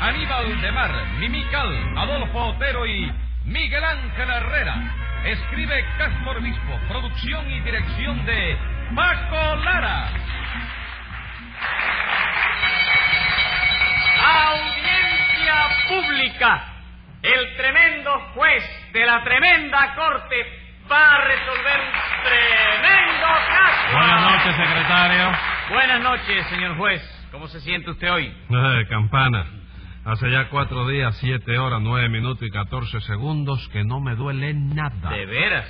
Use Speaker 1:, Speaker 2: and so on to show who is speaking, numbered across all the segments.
Speaker 1: Aníbal de Mar, Mimical, Adolfo Otero y Miguel Ángel Herrera. Escribe Castro Obispo, producción y dirección de Paco Lara.
Speaker 2: Audiencia pública. El tremendo juez de la tremenda corte va a resolver un tremendo caso.
Speaker 3: Buenas noches, secretario.
Speaker 2: Buenas noches, señor juez. ¿Cómo se siente usted hoy?
Speaker 3: Eh, campana. Hace ya cuatro días, siete horas, nueve minutos y catorce segundos que no me duele nada.
Speaker 2: ¿De veras?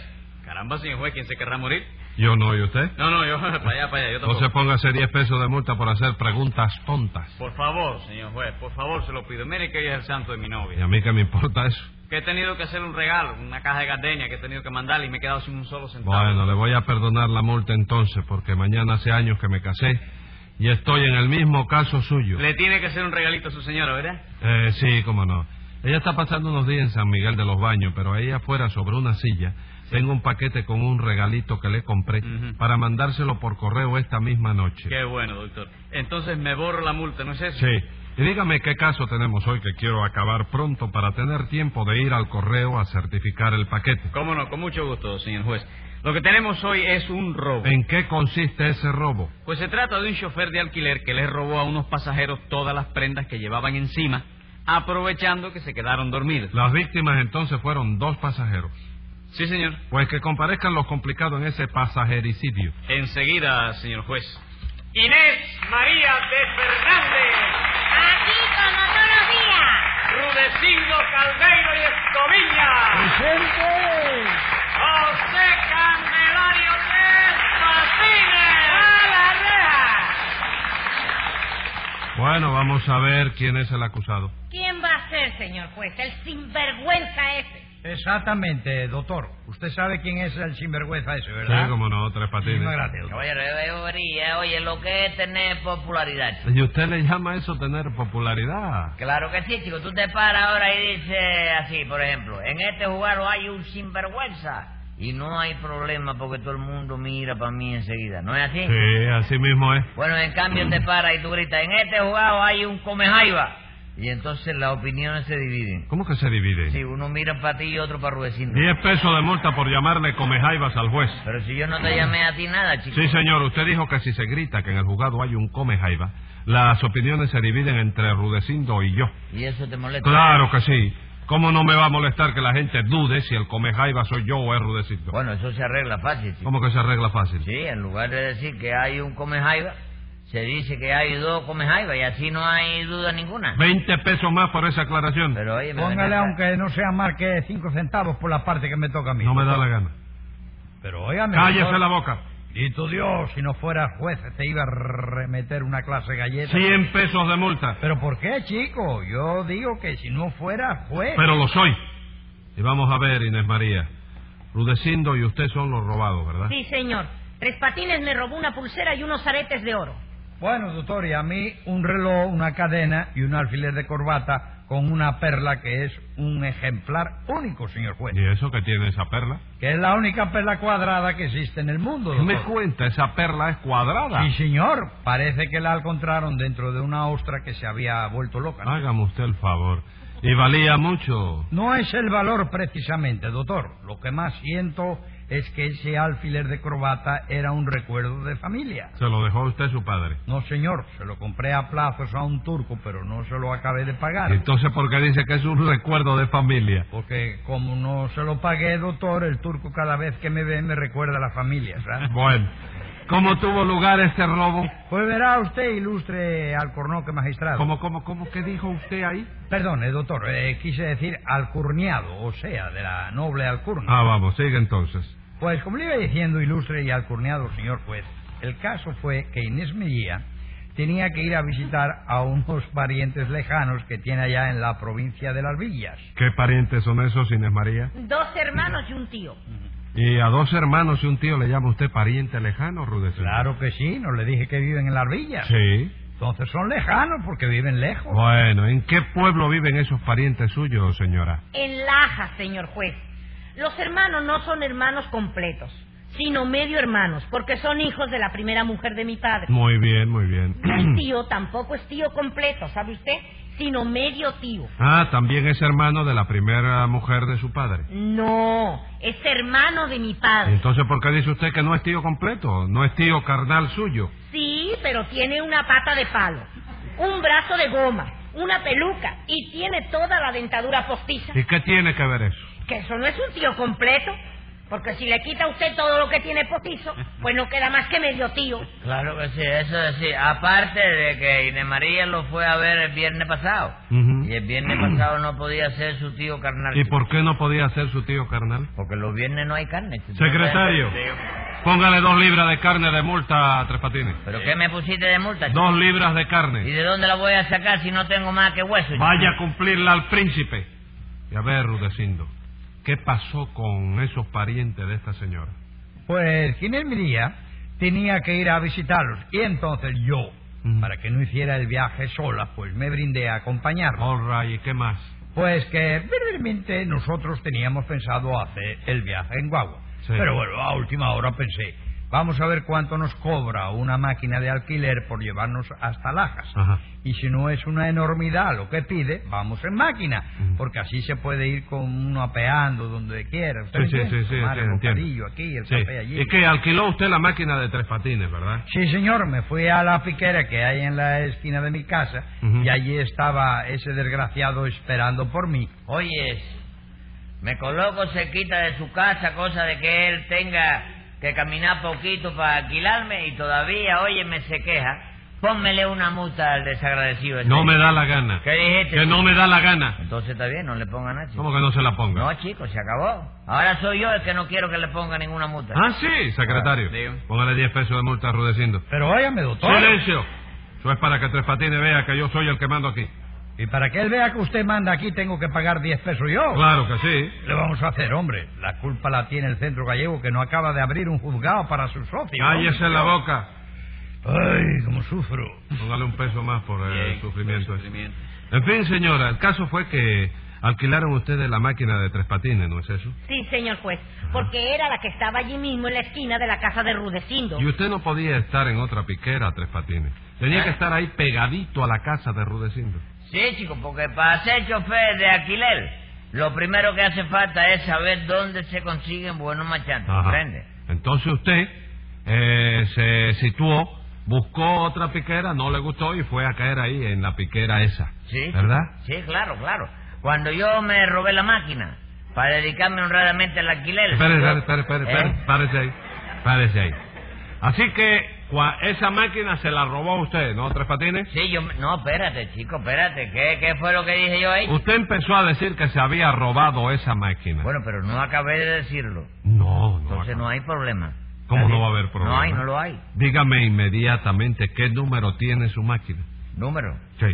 Speaker 2: Caramba, señor juez, ¿quién se querrá morir?
Speaker 3: Yo no, ¿y usted?
Speaker 2: No, no, yo para allá, para allá, yo
Speaker 3: No
Speaker 2: tampoco.
Speaker 3: se ponga ese diez pesos de multa por hacer preguntas tontas.
Speaker 2: Por favor, señor juez, por favor, se lo pido. Mire que hoy es el santo de mi
Speaker 3: ¿Y a
Speaker 2: novia.
Speaker 3: mí qué me importa eso?
Speaker 2: Que he tenido que hacer un regalo, una caja de gardenia que he tenido que mandarle y me he quedado sin un solo centavo.
Speaker 3: Bueno, le voy a perdonar la multa entonces, porque mañana hace años que me casé y estoy en el mismo caso suyo.
Speaker 2: Le tiene que hacer un regalito a su señora, ¿verdad?
Speaker 3: Eh, sí, cómo no. Ella está pasando unos días en San Miguel de los Baños, pero ahí afuera, sobre una silla, tengo un paquete con un regalito que le compré
Speaker 2: Ujú.
Speaker 3: para mandárselo por correo esta misma noche.
Speaker 2: Qué bueno, doctor. Entonces me borro la multa, ¿no es eso?
Speaker 3: Sí. Y dígame qué caso tenemos hoy que quiero acabar pronto para tener tiempo de ir al correo a certificar el paquete.
Speaker 2: Cómo no, con mucho gusto, señor juez. Lo que tenemos hoy es un robo.
Speaker 3: ¿En qué consiste ese robo?
Speaker 2: Pues se trata de un chofer de alquiler que le robó a unos pasajeros todas las prendas que llevaban encima, aprovechando que se quedaron dormidos.
Speaker 3: Las víctimas entonces fueron dos pasajeros.
Speaker 2: Sí, señor.
Speaker 3: Pues que comparezcan los complicados en ese pasajericidio.
Speaker 2: Enseguida, señor juez. Inés María de Fernández,
Speaker 4: Aquí como todos los días.
Speaker 2: Rudecindo Caldeiro y Escobilla, José Candelario
Speaker 4: ¡A
Speaker 2: Martínez.
Speaker 4: la reja!
Speaker 3: Bueno, vamos a ver quién es el acusado.
Speaker 4: ¿Quién va a ser, señor juez? El sinvergüenza ese.
Speaker 5: Exactamente, doctor. Usted sabe quién es el sinvergüenza ese, ¿verdad?
Speaker 3: Sí, cómo no, tres patines.
Speaker 5: Muchísimas gracias, doctor.
Speaker 6: Caballero de María, oye, lo que es tener popularidad.
Speaker 3: ¿Y usted le llama eso tener popularidad?
Speaker 6: Claro que sí, chico. Tú te paras ahora y dices así, por ejemplo, en este jugador hay un sinvergüenza. Y no hay problema porque todo el mundo mira para mí enseguida, ¿no es así?
Speaker 3: Sí, así mismo es.
Speaker 6: Bueno, en cambio te paras y tú gritas, en este jugador hay un comejaiba. Y entonces las opiniones se dividen.
Speaker 3: ¿Cómo que se divide?
Speaker 6: Si uno mira para ti y otro para Rudecindo.
Speaker 3: Diez pesos de multa por llamarle comejaivas al juez.
Speaker 6: Pero si yo no te llamé a ti nada, chico.
Speaker 3: Sí, señor, usted dijo que si se grita que en el juzgado hay un comejaiba, las opiniones se dividen entre Rudecindo y yo.
Speaker 6: Y eso te molesta.
Speaker 3: Claro que sí. ¿Cómo no me va a molestar que la gente dude si el comejaiba soy yo o es Rudecindo?
Speaker 6: Bueno, eso se arregla fácil, chico.
Speaker 3: ¿Cómo que se arregla fácil?
Speaker 6: Sí, en lugar de decir que hay un comejaiba, se dice que hay dos comejaibas y así no hay duda ninguna.
Speaker 3: Veinte pesos más por esa aclaración.
Speaker 6: Pero oye, me ven
Speaker 5: Póngale
Speaker 6: acá.
Speaker 5: aunque no sea más que cinco centavos por la parte que me toca a mí.
Speaker 3: No me da la gana.
Speaker 5: Pero óigame...
Speaker 3: Cállese
Speaker 5: doctor,
Speaker 3: la boca.
Speaker 5: Dito Dios, si no fuera juez te iba a remeter una clase galleta.
Speaker 3: Cien pesos de multa.
Speaker 5: ¿Pero por qué, chico? Yo digo que si no fuera juez...
Speaker 3: Pero lo soy. Y vamos a ver, Inés María. Rudecindo y usted son los robados, ¿verdad?
Speaker 4: Sí, señor. Tres Patines me robó una pulsera y unos aretes de oro.
Speaker 5: Bueno, doctor, y a mí un reloj, una cadena y un alfiler de corbata con una perla que es un ejemplar único, señor juez.
Speaker 3: ¿Y eso que tiene esa perla?
Speaker 5: Que es la única perla cuadrada que existe en el mundo,
Speaker 3: ¿Qué
Speaker 5: doctor.
Speaker 3: me cuenta? Esa perla es cuadrada.
Speaker 5: Sí, señor. Parece que la encontraron dentro de una ostra que se había vuelto loca. ¿no?
Speaker 3: Hágame usted el favor. Y valía mucho.
Speaker 5: No es el valor precisamente, doctor. Lo que más siento es que ese alfiler de corbata era un recuerdo de familia.
Speaker 3: Se lo dejó a usted su padre.
Speaker 5: No, señor. Se lo compré a plazos a un turco, pero no se lo acabé de pagar.
Speaker 3: Entonces, ¿por qué dice que es un recuerdo de familia?
Speaker 5: Porque como no se lo pagué, doctor, el turco cada vez que me ve me recuerda a la familia, ¿sabes?
Speaker 3: Bueno, ¿cómo tuvo lugar este robo?
Speaker 5: Pues verá usted, ilustre alcornoque magistrado.
Speaker 3: ¿Cómo, cómo, cómo? ¿Qué dijo usted ahí?
Speaker 5: Perdone, doctor, eh, quise decir alcurniado, o sea, de la noble alcurnia.
Speaker 3: Ah, vamos, sigue entonces.
Speaker 5: Pues como le iba diciendo, ilustre y alcurniado señor juez, el caso fue que Inés Mejía tenía que ir a visitar a unos parientes lejanos que tiene allá en la provincia de Las Villas.
Speaker 3: ¿Qué parientes son esos, Inés María?
Speaker 4: Dos hermanos y un tío.
Speaker 3: ¿Y a dos hermanos y un tío le llama usted pariente lejano, Rudecindo?
Speaker 5: Claro que sí, no le dije que viven en Las Villas.
Speaker 3: Sí. Ah.
Speaker 5: Entonces son lejanos porque viven lejos.
Speaker 3: Bueno, ¿en qué pueblo viven esos parientes suyos, señora?
Speaker 4: En Laja, señor juez. Los hermanos no son hermanos completos, sino medio hermanos, porque son hijos de la primera mujer de mi padre.
Speaker 3: Muy bien, muy bien.
Speaker 4: No es tío, tampoco es tío completo, ¿sabe usted? sino medio tío.
Speaker 3: Ah, también es hermano de la primera mujer de su padre.
Speaker 4: No, es hermano de mi padre.
Speaker 3: Entonces, ¿por qué dice usted que no es tío completo? No es tío carnal suyo.
Speaker 4: Sí, pero tiene una pata de palo, un brazo de goma, una peluca y tiene toda la dentadura postiza.
Speaker 3: ¿Y qué tiene que ver eso?
Speaker 4: Que eso no es un tío completo. Porque si le quita a usted todo lo que tiene postizo, pues no queda más que medio tío.
Speaker 6: Claro que sí, eso es sí. Aparte de que Inés María lo fue a ver el viernes pasado.
Speaker 3: Ujú.
Speaker 6: Y el viernes pasado no podía ser su tío carnal.
Speaker 3: ¿Y por qué no podía ser su tío carnal?
Speaker 6: Porque los viernes no hay carne. chico.
Speaker 3: Secretario, póngale dos libras de carne de multa a Tres Patines.
Speaker 6: ¿Pero qué me pusiste de multa? chico?
Speaker 3: Dos libras de
Speaker 6: ¿Y
Speaker 3: carne.
Speaker 6: de dónde la voy a sacar si no tengo más que hueso? chico?
Speaker 3: Vaya a cumplirla al príncipe. Y a ver, Rudecindo, ¿qué pasó con esos parientes de esta señora?
Speaker 5: Pues Ginés Miría tenía que ir a visitarlos y entonces yo,
Speaker 3: Ujú.
Speaker 5: para que no hiciera el viaje sola, pues me brindé a acompañarlos.
Speaker 3: All right, ¿y qué más?
Speaker 5: Pues que brevemente nosotros teníamos pensado hacer el viaje en guagua.
Speaker 3: Sí.
Speaker 5: Pero bueno, a última hora pensé, vamos a ver cuánto nos cobra una máquina de alquiler por llevarnos hasta Lajas.
Speaker 3: Ajá.
Speaker 5: Y si no es una enormidad lo que pide, vamos en máquina,
Speaker 3: Mm.
Speaker 5: porque así se puede ir con uno apeando donde quiera. ¿Usted
Speaker 3: Sí, sí,
Speaker 5: entiende?
Speaker 3: sí, sí,
Speaker 5: Tomar el
Speaker 3: entiendo.
Speaker 5: bocadillo aquí, el
Speaker 3: Sí.
Speaker 5: café allí.
Speaker 3: Y que alquiló usted la máquina de Tres Patines, ¿verdad?
Speaker 5: Sí, señor, me fui a la piquera que hay en la esquina de mi casa
Speaker 3: Ujú.
Speaker 5: y allí estaba ese desgraciado esperando por mí.
Speaker 6: Oye, me coloco cerquita de su casa, cosa de que él tenga que caminar poquito para alquilarme y todavía, oye, me se queja. Pónmele una multa al desagradecido. ese.
Speaker 3: No me da la gana.
Speaker 6: ¿Qué dijiste?
Speaker 3: Que no me da la gana.
Speaker 6: Entonces está bien, no le ponga nada. chico.
Speaker 3: ¿Cómo que no se la ponga?
Speaker 6: No, chicos, se acabó. Ahora soy yo el que no quiero que le ponga ninguna multa.
Speaker 3: Ah, sí, secretario.
Speaker 2: Digo.
Speaker 3: Póngale 10 pesos de multa a Rudecindo.
Speaker 5: Pero óigame, doctor.
Speaker 3: ¡Silencio! Eso es para que Tres Patines vea que yo soy el que mando aquí.
Speaker 5: Y para que él vea que usted manda aquí, tengo que pagar 10 pesos yo.
Speaker 3: Claro que sí.
Speaker 5: ¿Qué Le vamos a hacer, hombre. La culpa la tiene el centro gallego que no acaba de abrir un juzgado para sus socios.
Speaker 3: Cállese la boca.
Speaker 5: Ay, cómo sufro.
Speaker 3: Póngale un peso más por el
Speaker 2: Bien,
Speaker 3: sufrimiento.
Speaker 2: por el sufrimiento.
Speaker 3: En fin, señora, el caso fue que alquilaron ustedes la máquina de Tres Patines, ¿no es eso?
Speaker 4: Sí, señor juez, porque era la que estaba allí mismo en la esquina de la casa de Rudecindo.
Speaker 3: Y usted no podía estar en otra piquera, Tres Patines. Tenía que estar ahí pegadito a la casa de Rudecindo.
Speaker 6: Sí, chicos, porque para ser chofer de alquiler, lo primero que hace falta es saber dónde se consiguen buenos machantes,
Speaker 3: Ajá.
Speaker 6: ¿comprende?
Speaker 3: Entonces usted eh, se situó, buscó otra piquera, no le gustó y fue a caer ahí en la piquera esa.
Speaker 6: Sí.
Speaker 3: ¿Verdad?
Speaker 6: Sí, claro, claro. Cuando yo me robé la máquina para dedicarme honradamente al alquiler...
Speaker 3: Espere,
Speaker 6: yo-
Speaker 3: espere, espere, espere, espere,
Speaker 6: ¿Eh?
Speaker 3: párese ahí, párese ahí. Así que cua- esa máquina se la robó usted, ¿no, Tres Patines?
Speaker 6: Sí, yo... me- No, espérate, chico, espérate. ¿Qué, ¿Qué fue lo que dije yo ahí?
Speaker 3: Usted empezó a decir que se había robado esa máquina.
Speaker 6: Bueno, pero no acabé de decirlo.
Speaker 3: no, no.
Speaker 6: Entonces no hay problema.
Speaker 3: ¿Cómo
Speaker 6: Así-
Speaker 3: no va a haber problema?
Speaker 6: No hay, no lo hay.
Speaker 3: Dígame inmediatamente qué número tiene su máquina.
Speaker 6: Número.
Speaker 3: Sí.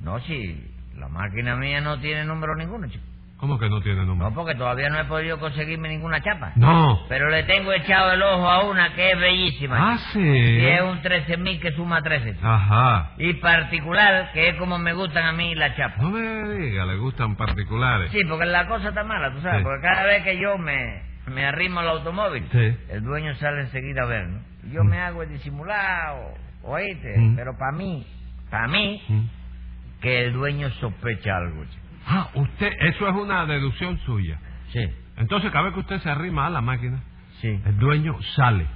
Speaker 6: No, si la máquina mía no tiene número ninguno, chico.
Speaker 3: ¿Cómo que no tiene
Speaker 6: No,
Speaker 3: número?
Speaker 6: porque todavía no he podido conseguirme ninguna chapa.
Speaker 3: No.
Speaker 6: Pero le tengo echado el ojo a una que es bellísima.
Speaker 3: Ah, sí. Ah.
Speaker 6: Y es un 13.000 que suma 13. chico.
Speaker 3: Ajá.
Speaker 6: Y particular, que es como me gustan a mí las chapas.
Speaker 3: No me diga, le gustan particulares.
Speaker 6: Sí, porque la cosa está mala, tú sabes.
Speaker 3: Sí.
Speaker 6: Porque cada vez que yo me, me arrimo al automóvil,
Speaker 3: Sí.
Speaker 6: el dueño sale enseguida a ver, ¿no? Y Yo
Speaker 3: Mm.
Speaker 6: me hago el disimulado, oíste.
Speaker 3: Mm.
Speaker 6: Pero para mí, para mí,
Speaker 3: ¿Mm?
Speaker 6: que el dueño sospecha algo. chico.
Speaker 3: Ah, usted, eso es una deducción suya.
Speaker 6: Sí,
Speaker 3: Entonces, cada vez que usted se arrima a la máquina,
Speaker 6: sí.
Speaker 3: el dueño sale,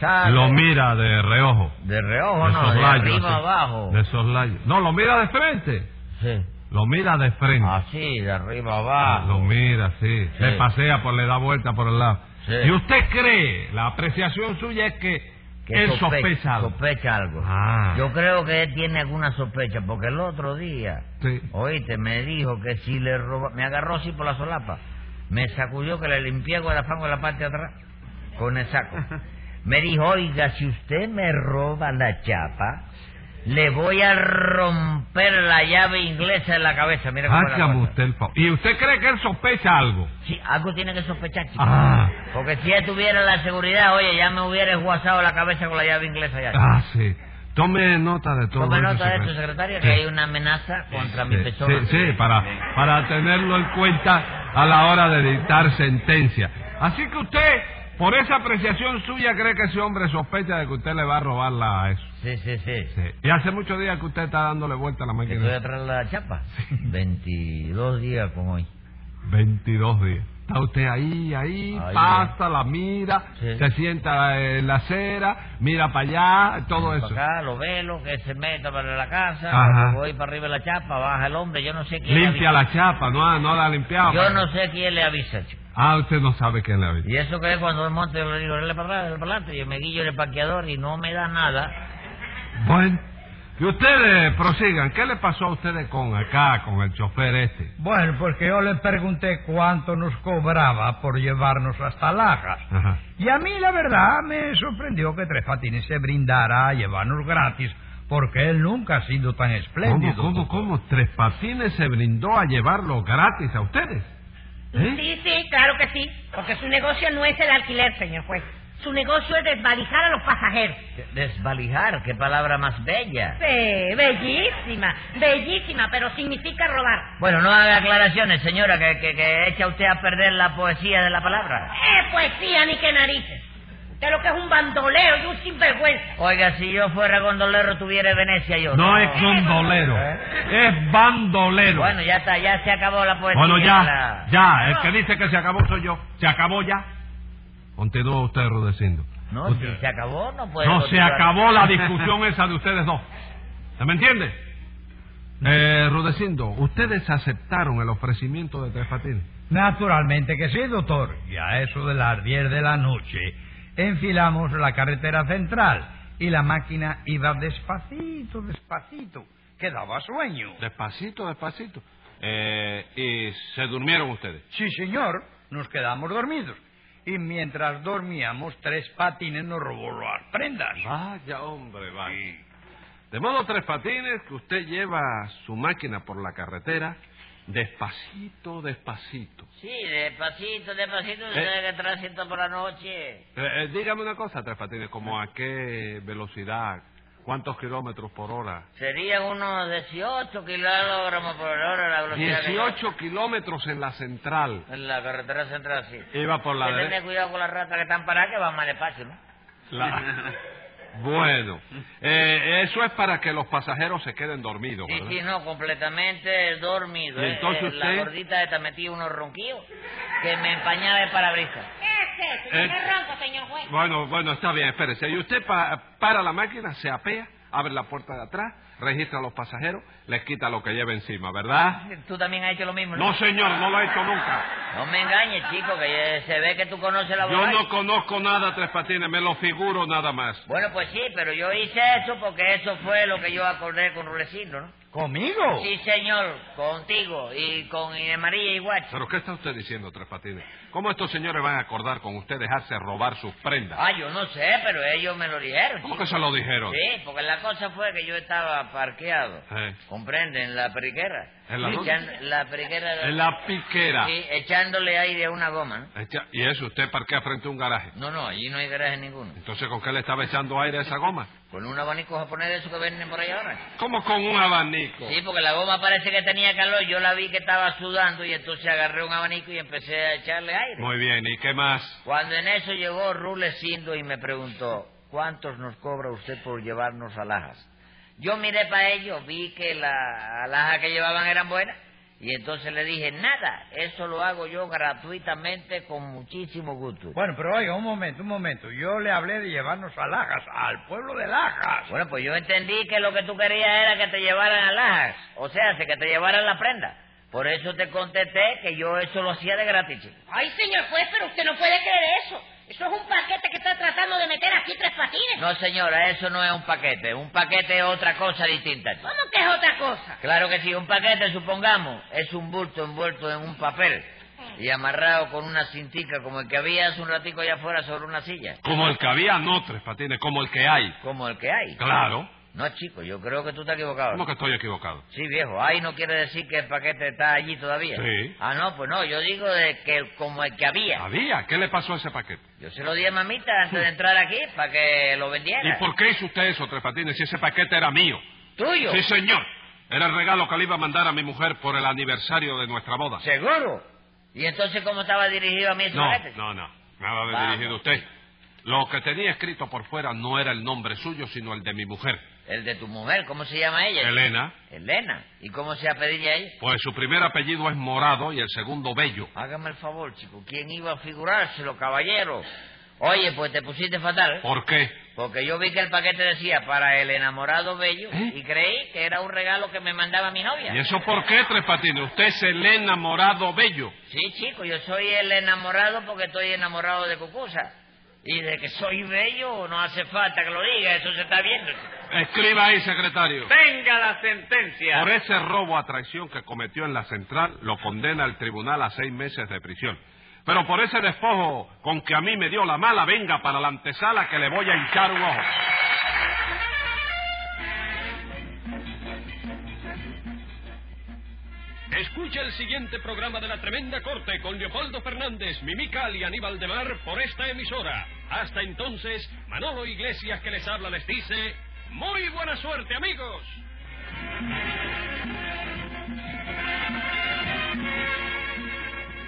Speaker 6: Sale
Speaker 3: lo mira de reojo,
Speaker 6: De reojo,
Speaker 3: de
Speaker 6: no, de
Speaker 3: soslayo,
Speaker 6: arriba
Speaker 3: así,
Speaker 6: abajo.
Speaker 3: de soslayo. No, lo mira de frente,
Speaker 6: Sí.
Speaker 3: lo mira de frente.
Speaker 6: Así, de arriba
Speaker 3: Lo
Speaker 6: abajo.
Speaker 3: mira, sí.
Speaker 6: Ah, Sí.
Speaker 3: Se pasea, pues le da vuelta por el lado.
Speaker 6: Sí.
Speaker 3: Y usted cree, la apreciación suya es que,
Speaker 6: Que
Speaker 3: él
Speaker 6: sospe-
Speaker 3: sospecha. algo.
Speaker 6: sospecha algo.
Speaker 3: Ah.
Speaker 6: Yo creo que él tiene alguna sospecha, porque el otro día,
Speaker 3: Sí.
Speaker 6: oíste, me dijo que si le roba... Me agarró así por la solapa. Me sacudió que le limpié con el fango en la parte de atrás, con el saco. Me dijo, oiga, si usted me roba la chapa, le voy a romper la llave inglesa en la cabeza. Mira cómo era la
Speaker 3: Hágame
Speaker 6: cosa.
Speaker 3: usted el favor. ¿Y usted cree que él sospecha algo?
Speaker 6: Sí, algo tiene que sospechar, chico.
Speaker 3: Ah.
Speaker 6: Porque si él tuviera la seguridad, oye, ya me hubiera guasado la cabeza con la llave inglesa ya.
Speaker 3: Ah, sí. Tome nota de todo
Speaker 6: Tome
Speaker 3: eso,
Speaker 6: nota de esto, secretario, que
Speaker 3: Sí.
Speaker 6: hay una amenaza contra mi
Speaker 3: Sí,
Speaker 6: persona.
Speaker 3: sí, sí, para, para tenerlo en cuenta a la hora de dictar sentencia. Así que usted Por esa apreciación suya, ¿cree que ese hombre sospecha de que usted le va a robar la eso?
Speaker 6: Sí, sí, sí.
Speaker 3: Sí. Y hace muchos días que usted está dándole vuelta a la
Speaker 6: Que estoy
Speaker 3: máquina.
Speaker 6: atrás de la chapa. 22 días con hoy.
Speaker 3: 22 días. Está usted ahí, ahí,
Speaker 6: Ahí.
Speaker 3: pasa, la mira,
Speaker 6: Sí.
Speaker 3: se sienta eh, en la acera, mira para allá, todo
Speaker 6: Para
Speaker 3: eso.
Speaker 6: acá, lo velo, que se meta para la casa,
Speaker 3: Ajá.
Speaker 6: voy para arriba de la chapa, baja el hombre, yo no sé quién
Speaker 3: Limpia
Speaker 6: le
Speaker 3: la chapa, no, ha- no la ha limpiado.
Speaker 6: avisa. Yo no sé quién le avisa, chico.
Speaker 3: Ah, usted no sabe quién la ha visto.
Speaker 6: Y eso que es cuando el monte yo le digo, dale para atrás, dale para adelante, yo me guillo en el parqueador y no me da nada.
Speaker 3: Bueno, que ustedes prosigan. ¿Qué le pasó a ustedes con acá, con el chofer este?
Speaker 5: Bueno, porque yo le pregunté cuánto nos cobraba por llevarnos hasta Lajas.
Speaker 3: Ajá.
Speaker 5: Y a mí, la verdad, me sorprendió que Tres Patines se brindara a llevarnos gratis, porque él nunca ha sido tan
Speaker 3: ¿Cómo,
Speaker 5: espléndido.
Speaker 3: cómo, cómo? Tres Patines se brindó a llevarlo gratis a ustedes. ¿Eh?
Speaker 4: Sí, sí, claro que sí, porque su negocio no es el alquiler, señor juez. Su negocio es desvalijar a los pasajeros.
Speaker 6: Desvalijar, qué palabra más bella.
Speaker 4: Sí, Eh, bellísima, bellísima, pero significa robar.
Speaker 6: Bueno, no haga aclaraciones, señora, que, que, que echa usted a perder la poesía de la palabra.
Speaker 4: Eh, poesía, ni que narices. Usted lo que es un bandolero y un sinvergüenza.
Speaker 6: Oiga, si yo fuera gondolero, tuviera Venecia yo.
Speaker 3: No es gondolero, es bandolero.
Speaker 6: ¿eh? Bueno, ya está, ya se acabó la poesía.
Speaker 3: Bueno,
Speaker 6: de
Speaker 3: ya,
Speaker 6: Pues la-
Speaker 3: ya, el que dice que se acabó soy yo. Se acabó ya. Continúa usted rudeciendo.
Speaker 6: No, si se acabó, no puede
Speaker 3: Pues No se
Speaker 6: continuar.
Speaker 3: acabó la discusión esa de ustedes dos. ¿Se me entiende? Eh, Rudecindo, ¿ustedes aceptaron el ofrecimiento de Tres Patines?
Speaker 5: Naturalmente que sí, doctor. Y a eso de las 10 de la noche enfilamos la carretera central y la máquina iba despacito, despacito, que daba sueño.
Speaker 3: Despacito, despacito. Eh, y se durmieron ustedes.
Speaker 5: Sí, señor, nos quedamos dormidos. Y mientras dormíamos, Tres Patines nos robó las prendas.
Speaker 3: Vaya, hombre, vaya. De modo, Tres Patines, que usted lleva su máquina por la carretera despacito, despacito.
Speaker 6: Sí, despacito, despacito, usted sabe que el tránsito por la noche.
Speaker 3: Eh, eh, dígame una cosa, Tres Patines, ¿como a qué velocidad? ¿Cuántos kilómetros por hora?
Speaker 6: Serían unos 18 kilómetros por hora la velocidad. que-
Speaker 3: 18 kilómetros en la central.
Speaker 6: En la carretera central, sí.
Speaker 3: Iba Eh, por la
Speaker 6: Hay que tener
Speaker 3: derecha.
Speaker 6: cuidado con las ratas que están paradas, que van más despacio, ¿no?
Speaker 3: La- Bueno, eh, eso es para que los pasajeros se queden dormidos,
Speaker 6: Sí,
Speaker 3: ¿verdad?
Speaker 6: sí, no, completamente dormido.
Speaker 3: ¿Y
Speaker 6: eh,
Speaker 3: entonces
Speaker 6: eh, La
Speaker 3: usted?
Speaker 6: gordita esta metía unos ronquidos que me empañaba el parabrisas.
Speaker 4: ¿Qué es eso?
Speaker 3: Eh.
Speaker 4: ¿Qué ronco, señor juez?
Speaker 3: Bueno, bueno, está bien, espérese. Y usted pa- para la máquina, se apea, abre la puerta de atrás, registra a los pasajeros, les quita lo que lleva encima, ¿verdad?
Speaker 6: Tú también has hecho lo mismo, ¿no?
Speaker 3: No, señor, no lo he hecho nunca.
Speaker 6: No me engañes, chico, que eh, se ve que tú conoces la
Speaker 3: Yo
Speaker 6: borracha.
Speaker 3: no conozco nada, Tres Patines, me lo figuro nada más.
Speaker 6: Bueno, pues sí, pero yo hice eso porque eso fue lo que yo acordé con Rulecino, ¿no?
Speaker 3: Oh.
Speaker 5: ¿Conmigo?
Speaker 6: Sí, señor, contigo y con Inés María y Guacho.
Speaker 3: ¿Pero qué está usted diciendo, Tres Patines? ¿Cómo estos señores van a acordar con usted dejarse robar sus prendas?
Speaker 6: Ah, yo no sé, pero ellos me lo dijeron.
Speaker 3: ¿Cómo
Speaker 6: chico.
Speaker 3: que se lo dijeron?
Speaker 6: Sí, porque la cosa fue que yo estaba parqueado,
Speaker 3: Sí.
Speaker 6: comprende, en la periquera.
Speaker 3: Eh. ¿En la dónde?
Speaker 6: Echan- la periquera.
Speaker 3: En la piquera.
Speaker 6: Sí, echándole aire a una goma, ¿no?
Speaker 3: Echa- Y eso, usted parquea frente a un garaje.
Speaker 6: No, no, allí no hay garaje ninguno.
Speaker 3: Entonces, ¿con qué le estaba echando aire a esa goma?
Speaker 6: Con un abanico japonés de esos que venden por ahí ahora.
Speaker 3: Como con un abanico.
Speaker 6: Sí, porque la goma parece que tenía calor, yo la vi que estaba sudando y entonces agarré un abanico y empecé a echarle aire.
Speaker 3: Muy bien, ¿y qué más?
Speaker 6: Cuando en eso llegó Rulecindo y me preguntó, ¿cuántos nos cobra usted por llevarnos alhajas? Yo miré para ellos, vi que las alhajas que llevaban eran buenas y entonces le dije, nada, eso lo hago yo gratuitamente con muchísimo gusto.
Speaker 5: Bueno, pero oiga, un momento, un momento. Yo le hablé de llevarnos a Lajas, al pueblo de Lajas.
Speaker 6: Bueno, pues yo entendí que lo que tú querías era que te llevaran alhajas, o sea, que te llevaran la prenda. Por eso te contesté que yo eso lo hacía de gratis. chico.
Speaker 4: Ay, señor juez, pero usted no puede creer eso. Eso es un paquete que está tratando de meter aquí tres patines.
Speaker 6: No, señora, eso no es un paquete. Un paquete es otra cosa distinta. chico.
Speaker 4: ¿Cómo que es otra cosa?
Speaker 6: Claro que sí, un paquete, supongamos, es un bulto envuelto en un papel y amarrado con una cintica como el que había hace un ratico allá afuera sobre una silla,
Speaker 3: Como el que había, no, Tres Patines, como el que hay.
Speaker 6: como el que hay.
Speaker 3: Claro.
Speaker 6: No, chico, yo creo que tú estás equivocado.
Speaker 3: ¿Cómo que estoy equivocado?
Speaker 6: Sí, viejo, ahí no quiere decir que el paquete está allí todavía.
Speaker 3: Sí. Ah,
Speaker 6: Ah, no, pues no, yo digo de que el- como el que había.
Speaker 3: Había. ¿Qué le pasó a ese paquete?
Speaker 6: Yo se lo di a mamita antes de entrar aquí para que lo
Speaker 3: ¿Y
Speaker 6: vendiera.
Speaker 3: por qué hizo usted eso, Tres Patines, si ese paquete era mío?
Speaker 6: ¿Tuyo?
Speaker 3: Sí, señor. Era el regalo que le iba a mandar a mi mujer por el aniversario de nuestra boda.
Speaker 6: ¿Seguro? ¿Y entonces cómo estaba dirigido a mí ese
Speaker 3: No,
Speaker 6: paquete?
Speaker 3: no, no. Nada de
Speaker 6: Vamos.
Speaker 3: dirigido a usted. Lo que tenía escrito por fuera no era el nombre suyo, sino el de mi mujer,
Speaker 6: El de tu mujer, ¿cómo se llama ella?
Speaker 3: Elena.
Speaker 6: Elena. ¿Y cómo se apellida ella?
Speaker 3: Pues su primer apellido es Morado y el segundo Bello.
Speaker 6: Hágame el favor, chico. ¿Quién iba a figurárselo, caballero? Oye, pues te pusiste fatal.
Speaker 3: ¿Por qué?
Speaker 6: Porque yo vi que el paquete decía para el enamorado bello
Speaker 3: ¿Eh?
Speaker 6: y creí que era un regalo que me mandaba mi novia.
Speaker 3: ¿Y eso por qué, Tres Patines? Usted es Elena Morado Bello.
Speaker 6: Sí, chico, yo soy el enamorado porque estoy enamorado de Cucusa. Y de que soy bello no hace falta que lo diga, eso se está viendo. chico.
Speaker 3: Escriba ahí, secretario.
Speaker 2: Venga la sentencia.
Speaker 3: Por ese robo a traición que cometió en la central, lo condena el tribunal a seis meses de prisión. Pero por ese despojo con que a mí me dio la mala, venga para la antesala que le voy a hinchar un ojo.
Speaker 1: Escucha el siguiente programa de La Tremenda Corte con Leopoldo Fernández, Mimical y Aníbal de Mar por esta emisora. Hasta entonces, Manolo Iglesias que les habla les dice, ¡Muy buena suerte amigos!